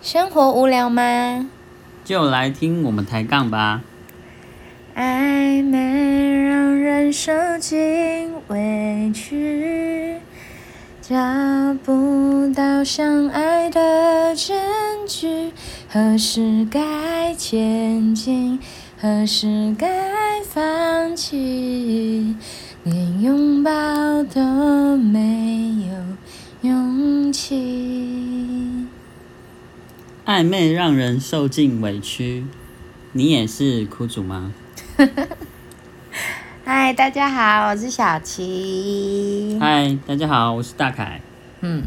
生活无聊吗就来听我们抬杠吧。暧昧让人受尽委屈，找不到相爱的证据。何时该前进？何时该放弃？连拥抱都没有勇气。暧昧让人受尽委屈，你也是苦主吗？嗨，大家好，我是小琪。嗨，大家好，我是大凯。嗯，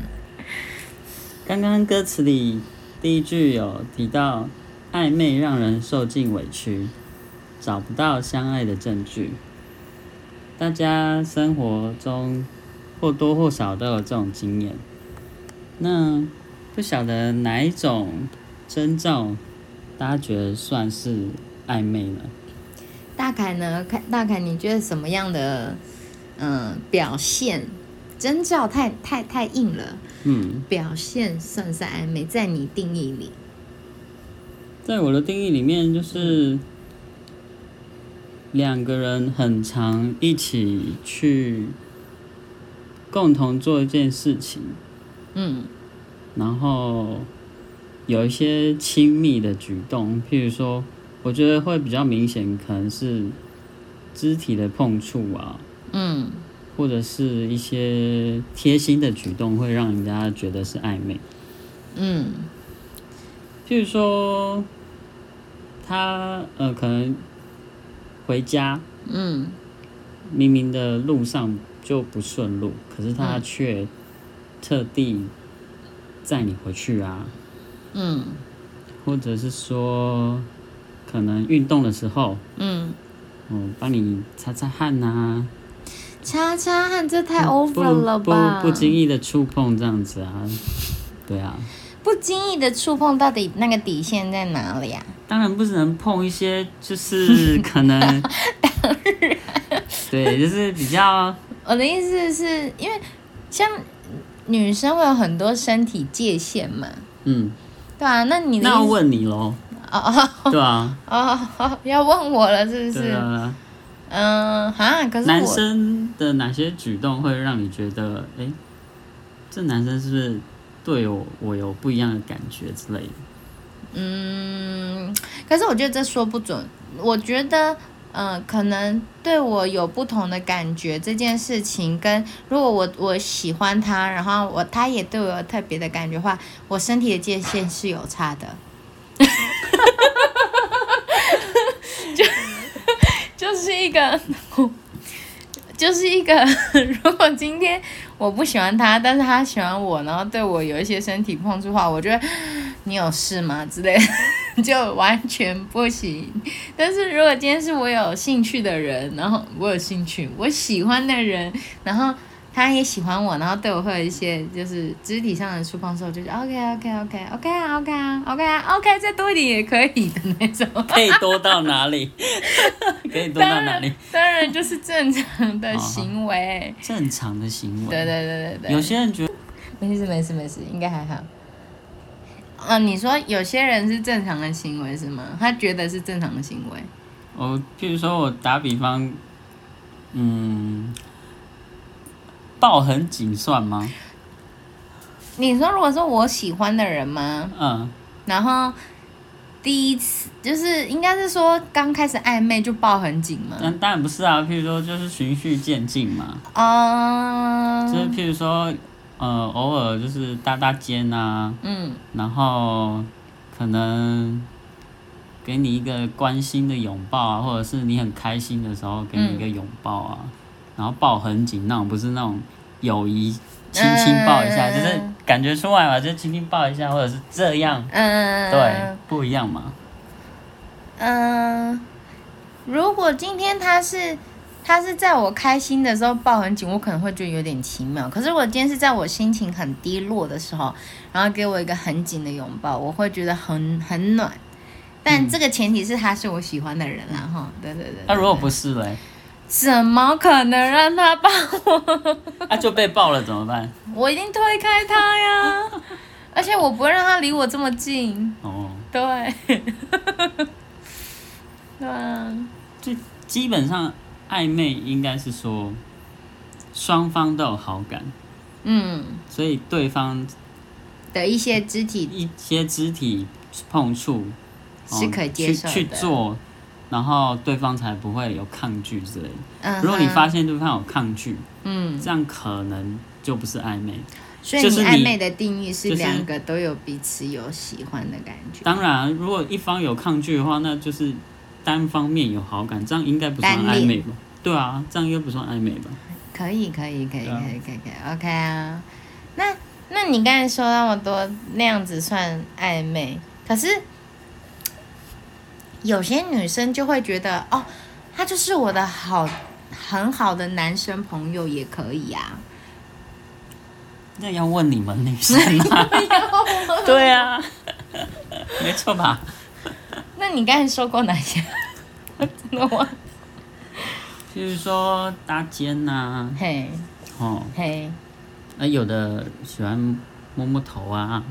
刚刚歌词里第一句有提到暧昧让人受尽委屈，找不到相爱的证据。大家生活中或多或少都有这种经验。那不晓得哪一种征兆，大家觉得算是暧昧呢？大凯呢？看大凯，你觉得什么样的嗯、呃表现？征兆太太太硬了，嗯，表现算是暧昧，在你定义里，在我的定义里面，就是两个人很常一起去共同做一件事情，嗯，然后有一些亲密的举动，譬如说，我觉得会比较明显，可能是肢体的碰触啊，嗯，或者是一些贴心的举动，会让人家觉得是暧昧。嗯，譬如说，他呃可能回家，嗯，明明的路上就不顺路，可是他却特地载你回去啊，嗯，或者是说，可能运动的时候，嗯，嗯，帮你擦擦汗呐、擦擦汗，这太啊， over 了吧？不不不经意的触碰这样子啊，对啊，不经意的触碰，到底那个底线在哪里啊？当然不能碰一些，就是可能，当然，对，就是比较我的意思是因为像女生会有很多身体界限嘛，嗯。对啊，那你的意那思我问你喽，哦对 啊，哦哦，要问我了是不对是？啊，嗯，哈，可是男我生的哪些举动会让你觉得，哎、这男生是不是对我我有不一样的感觉 之类的？嗯，可是我觉得这说不准。我觉得，呃，可能对我有不同的感觉这件事情，跟如果我我喜欢他，然后我他也对我有特别的感觉的话，我身体的界限是有差 的。就就是一个， 就是一个。 如果今天我不喜欢他，但是他喜欢我，然后对我有一些身体碰触的话，我觉得你有事吗之类的， 就完全不行。但是如果今天是我有兴趣的人，然后我有兴趣，我喜欢的人，然后他也喜欢我，然后对我会有一些就是肢体上的触碰的时候，我就觉得 OK OK OK OK 啊 OK 啊 OK 啊 OK 再多一点也可以的那种。可以多到哪 里？可以多到哪里？当然就是正常的行为。正常的行为。对对对对对，有些人觉得，没事没事没事，应该还好。啊，你说有些人是正常的行为是吗？他觉得是正常的行为。我哦譬如说我打比方，嗯，抱很紧算吗？你说如果说我喜欢的人吗？嗯，然后第一次就是应该是说刚开始暧昧就抱很紧吗？但当然不是啊。譬如说就是循序渐进嘛。嗯就是譬如说，呃，偶尔就是搭搭肩啊，嗯然后可能给你一个关心的拥抱啊，或者是你很开心的时候给你一个拥抱啊，然后抱很紧那种，不是那种友谊轻轻抱一下，嗯就是感觉出来嘛，就轻轻抱一下，或者是这样，嗯，对，不一样嘛，嗯，如果今天他是他是在我开心的时候抱很紧，我可能会觉得有点奇妙。可是如果今天是在我心情很低落的时候，然后给我一个很紧的拥抱，我会觉得很很暖。但这个前提是他是我喜欢的人啦，哈、对对对。嗯那、如果对不是嘞，怎么可能让他抱我？ 啊那、就被抱了怎么办？我一定推开他呀！而且我不会让他离我这么近。哦，对， 对啊，基本上暧昧应该是说双方都有好感，嗯，所以对方的一些肢体一些肢体碰触、哦是可以接受的去去做，然后对方才不会有抗拒之类的。嗯哼，如果你发现对方有抗拒，嗯，这样可能就不是暧昧。所以就你是暧你昧的定义是就是两个都有彼此有喜欢的感觉，当然，如果一方有抗拒的话，那就是单方面有好感，这样应该不算单恋暧昧吧？对啊，这样应该不算暧昧吧？可以可以可以对啊可以可以可以，OK 啊。那那你刚才说那么多，那样子算暧昧？可是有些女生就会觉得，哦，他就是我的好很好的男生朋友也可以啊。那要问你们女生啊， 对啊， 没错吧？那你刚才说过哪些？ 真的吗？譬如说搭肩呐、嘿哦，嘿，那哎有的喜欢摸摸头啊，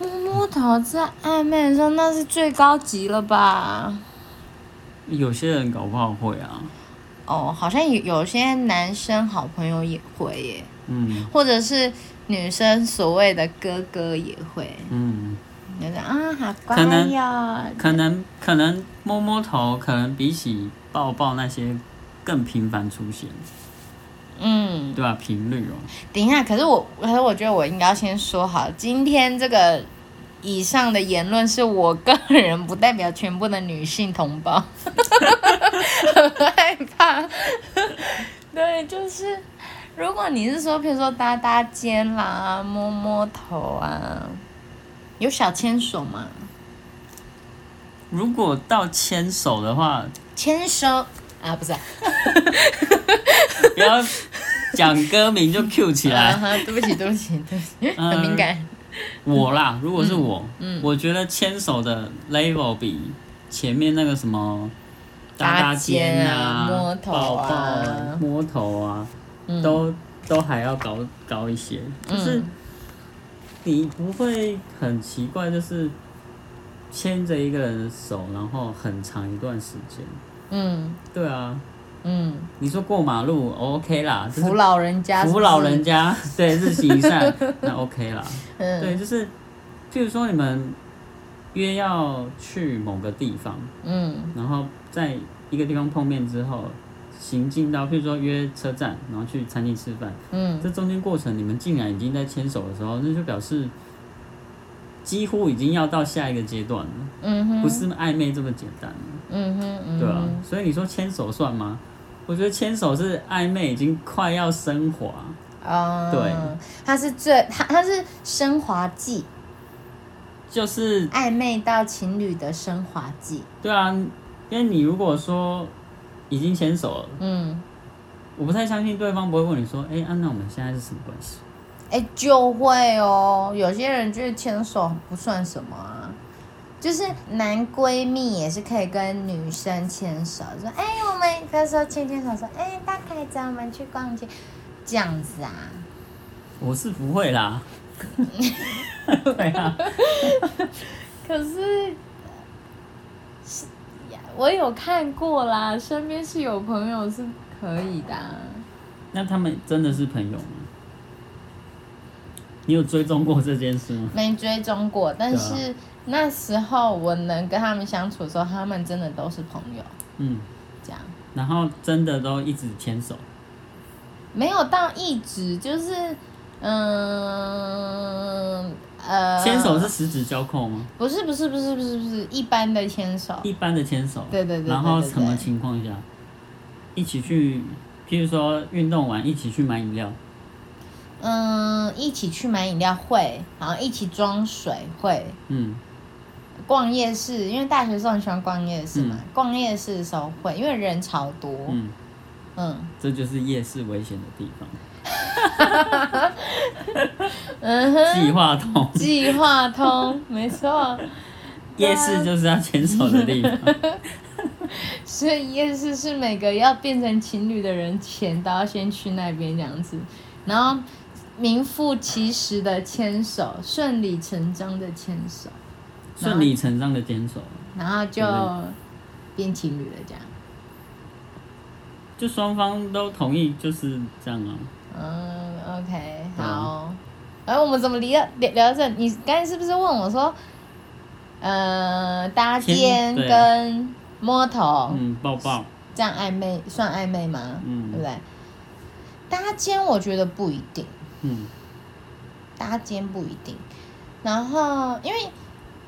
摸摸头在暧昧的时候，那是最高级了吧？有些人搞不好会啊，哦，好像有有些男生好朋友也会耶，嗯或者是女生所谓的哥哥也会，嗯，你就说啊好乖可能呀、可能可能摸摸头，可能比起抱抱那些更频繁出现，嗯，对吧、频率哦，等一下，可是我可是我觉得我应该要先说好，今天这个以上的言论是我个人，不代表全部的女性同胞， 很害怕。对，就是如果你是说，比如说搭搭肩啦、摸摸头啊，有小牵手吗？如果到牵手的话，牵手啊，不是啊、不要讲歌名就 Q 起啊来。 哈，对不起，对不起，对不起，嗯很敏感。我啦，如嗯果是我，我觉得牵手的 level 比前面那个什么搭搭搭肩肩啊摸头抱抱啊摸头啊，都都还要高高一些。就是嗯你不会很奇怪，就是牵着一个人的手，然后很长一段时间。嗯对啊，嗯，你说过马路哦 OK 啦，就是扶老人家，扶老 人，家，对，日行一善，那 OK 啦。嗯，对，就是，譬如说你们约要去某个地方，嗯然后在一个地方碰面之后，行进到譬如说约车站，然后去餐厅吃饭，嗯这中间过程你们竟然已经在牵手的时候，那就表示几乎已经要到下一个阶段了，嗯哼，不是暧昧这么简单了。嗯哼，嗯哼，对啊，所以你说牵手算吗？我觉得牵手是暧昧已经快要升华，啊，对，它是最它它是升华剂，就是暧昧到情侣的升华剂，对啊，因为你如果说已经牵手了，嗯，我不太相信对方不会问你说，哎、啊，那我们现在是什么关系？哎，就会哦，有些人觉得牵手不算什么啊。就是男闺蜜也是可以跟女生牵手，说哎、我们比如说牵牵手说哎、大凯子，我们去逛街，这样子啊。我是不会啦。 对啊，可是，是呀我有看过啦，身边是有朋友是可以的啊、那他们真的是朋友吗？你有追踪过这件事吗？没追踪过，但对啊是那时候我能跟他们相处的时候，他们真的都是朋友，嗯，这样然后真的都一直牵手，没有到一直就是，嗯呃，牵手是十指交扣吗？不是不是不是不是不是一般的牵手，一般的牵手，对对对对然后对对什么情况下一起去？譬如说运动完一起去买饮料，嗯，一起去买饮料会，然后一起装水会，嗯，逛夜市，因为大学的时候很喜欢逛夜市嘛，嗯逛夜市的时候会，因为人潮多，嗯嗯，嗯这就是夜市危险的地方。哼，计划通，嗯计划通，没错，夜市就是要牵手的 地方。所以夜市是每个要变成情侣的人前都要先去那边这样子，然后名副其实的牵手，顺理成章的牵手，顺理成章的坚守，然后就嗯变情侣了，这样。就双方都同意就是这样啊。嗯，OK，对啊好。哎、我们怎么聊聊聊到这？你刚才是不是问我说，呃，搭肩天对啊跟摸头、嗯，抱抱，这样暧昧算暧昧吗？嗯对不对？搭肩我觉得不一定，嗯，搭肩不一定。然后，因为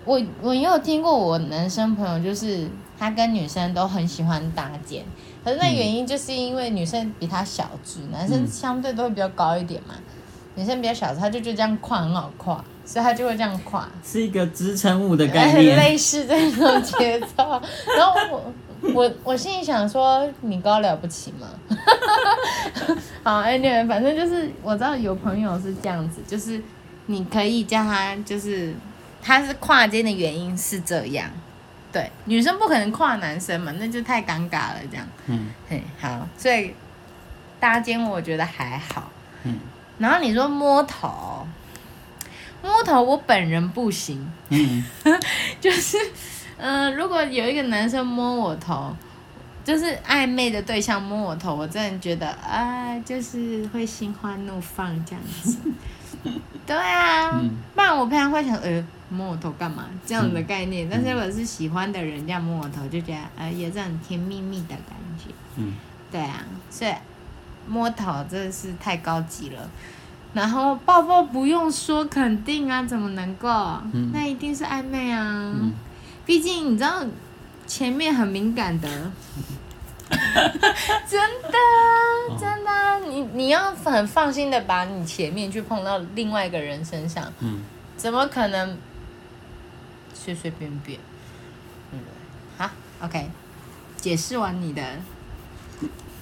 我我也有听过我男生朋友，就是他跟女生都很喜欢搭肩，可是那嗯原因就是因为女生比他小只，男生嗯相对都会比较高一点嘛，女生比较小只，他就觉得这样跨很好跨，所以他就会这样跨。是一个支撑物的概 念。哎类似这种节奏。然后我我我心里想说，你高了不起吗？ 好，anyway，反正就是我知道有朋友是这样子，就是你可以叫他，就是他是跨肩的原因是这样。对，女生不可能跨男生嘛，那就太尴尬了，这样。嗯嘿，好，所以搭肩我觉得还好。嗯然后你说摸头，摸头我本人不行，嗯，就是，嗯、如果有一个男生摸我头，就是暧昧的对象摸我头，我真的觉得啊，就是会心花怒放这样子。对啊，嗯不然我平常会想，呃，摸我头干嘛？这样的概念。但是如果是喜欢的人这样摸我头，就觉得呃，有这种甜蜜蜜的感觉。嗯，对啊，所以摸头真的是太高级了。然后抱抱不用说，肯定啊，怎么能够？嗯那一定是暧昧啊。嗯毕竟你知道前面很敏感 的，真的哦啊真的啊，你你要很放心的把你前面去碰到另外一个人身上，嗯，怎么可能随随便便？嗯，好，OK，解释完你的，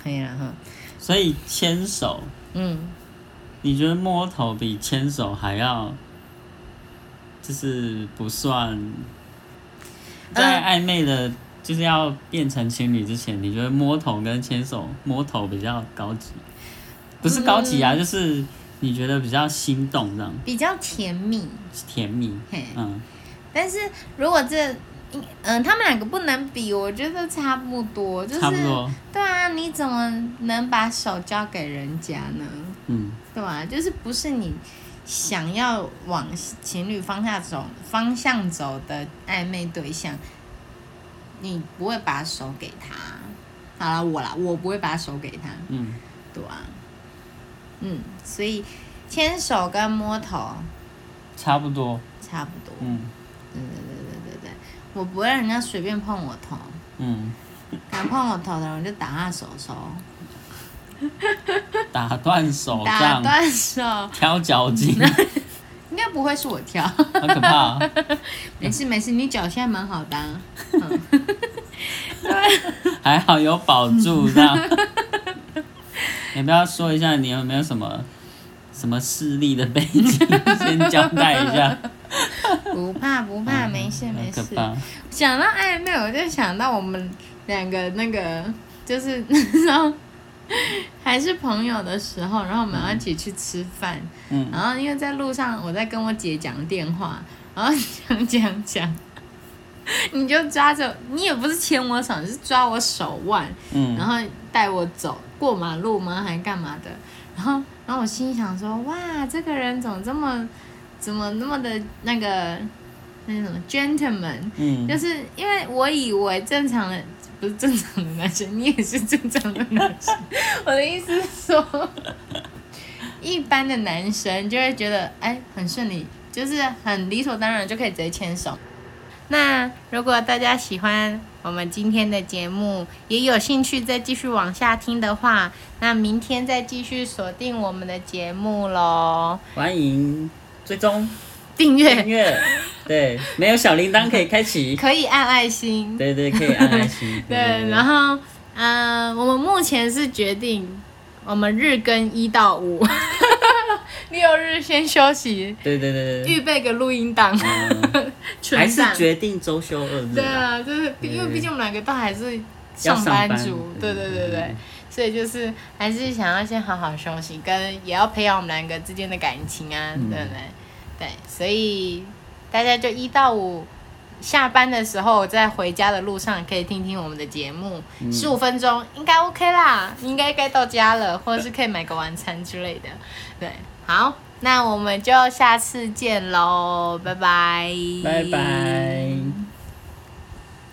可以了哈。所以牵手，嗯，你觉得摸头比牵手还要，就是不算在暧昧的，就是要变成情侣之前，你觉得摸头跟牵手摸头比较高级？不是高级嗯啊，就是你觉得比较心动这样，比较甜蜜，甜蜜。嘿。嗯但是如果这，嗯，他们两个不能比，我觉得差不多，就是差不多对啊，你怎么能把手交给人家呢？嗯对吧、就是不是你想要往情侣方向走方向走的暧昧对象，你不会把手给他。好了，我啦，我不会把手给他。嗯对啊，嗯，所以牵手跟摸头差不多，差不多。嗯对对对对对对，我不会让人家随便碰我头，嗯，敢碰我头的人我就打他手手，打断手打杖，断手，挑脚筋， 应该不会是我挑，好可怕啊、 没事没事，你脚现在蛮好的啊、 还好有保 住这样。你不要说一下你有没有什么什么势力的背景，先交代一下。 不怕不怕， 没事好没啊可事。怕。想到暧昧，我就想到我们两个那个，就是 那时候还是朋友的时候，然后我们要一起去吃饭，嗯然后因为在路上我在跟我姐讲电话，然后讲讲讲，你就抓着，你也不是牵我手，你是抓我手腕，然嗯，后带我走过马路吗？还干嘛的？然后，然后我心里想说，哇，这个人怎么这么，怎么那么的那个，那什么 gentleman？就嗯，是因为我以为正常的不是正常的男生，你也是正常的男生。我的意思是说，一般的男生就会觉得哎很顺利，就是很理所当然就可以直接牵手。那如果大家喜欢我们今天的节目，也有兴趣再继续往下听的话，那明天再继续锁定我们的节目喽，欢迎追踪订订阅 阅，对，没有小铃铛可以开启，可以按爱心。对对，可以按爱心。 对，然后，嗯、我们目前是决定，我们日更一到 五，六日先休息，对对对对预备个录音档， 对，嗯，还存是档。决定周休二日对啊，啊，就是因为毕竟我们两个都还是要上上班嗯族，对对对对，所以就是还是想要先好好休息，跟也要培养我们两个之间的感情啊，嗯对不对？对，所以大家就一到五下班的时候，在回家的路上可以听听我们的节目，嗯十五、分钟应该 OK 啦，应该该到家了，或者是可以买个晚餐之类的。对，好，那我们就下次见喽，拜拜，拜拜。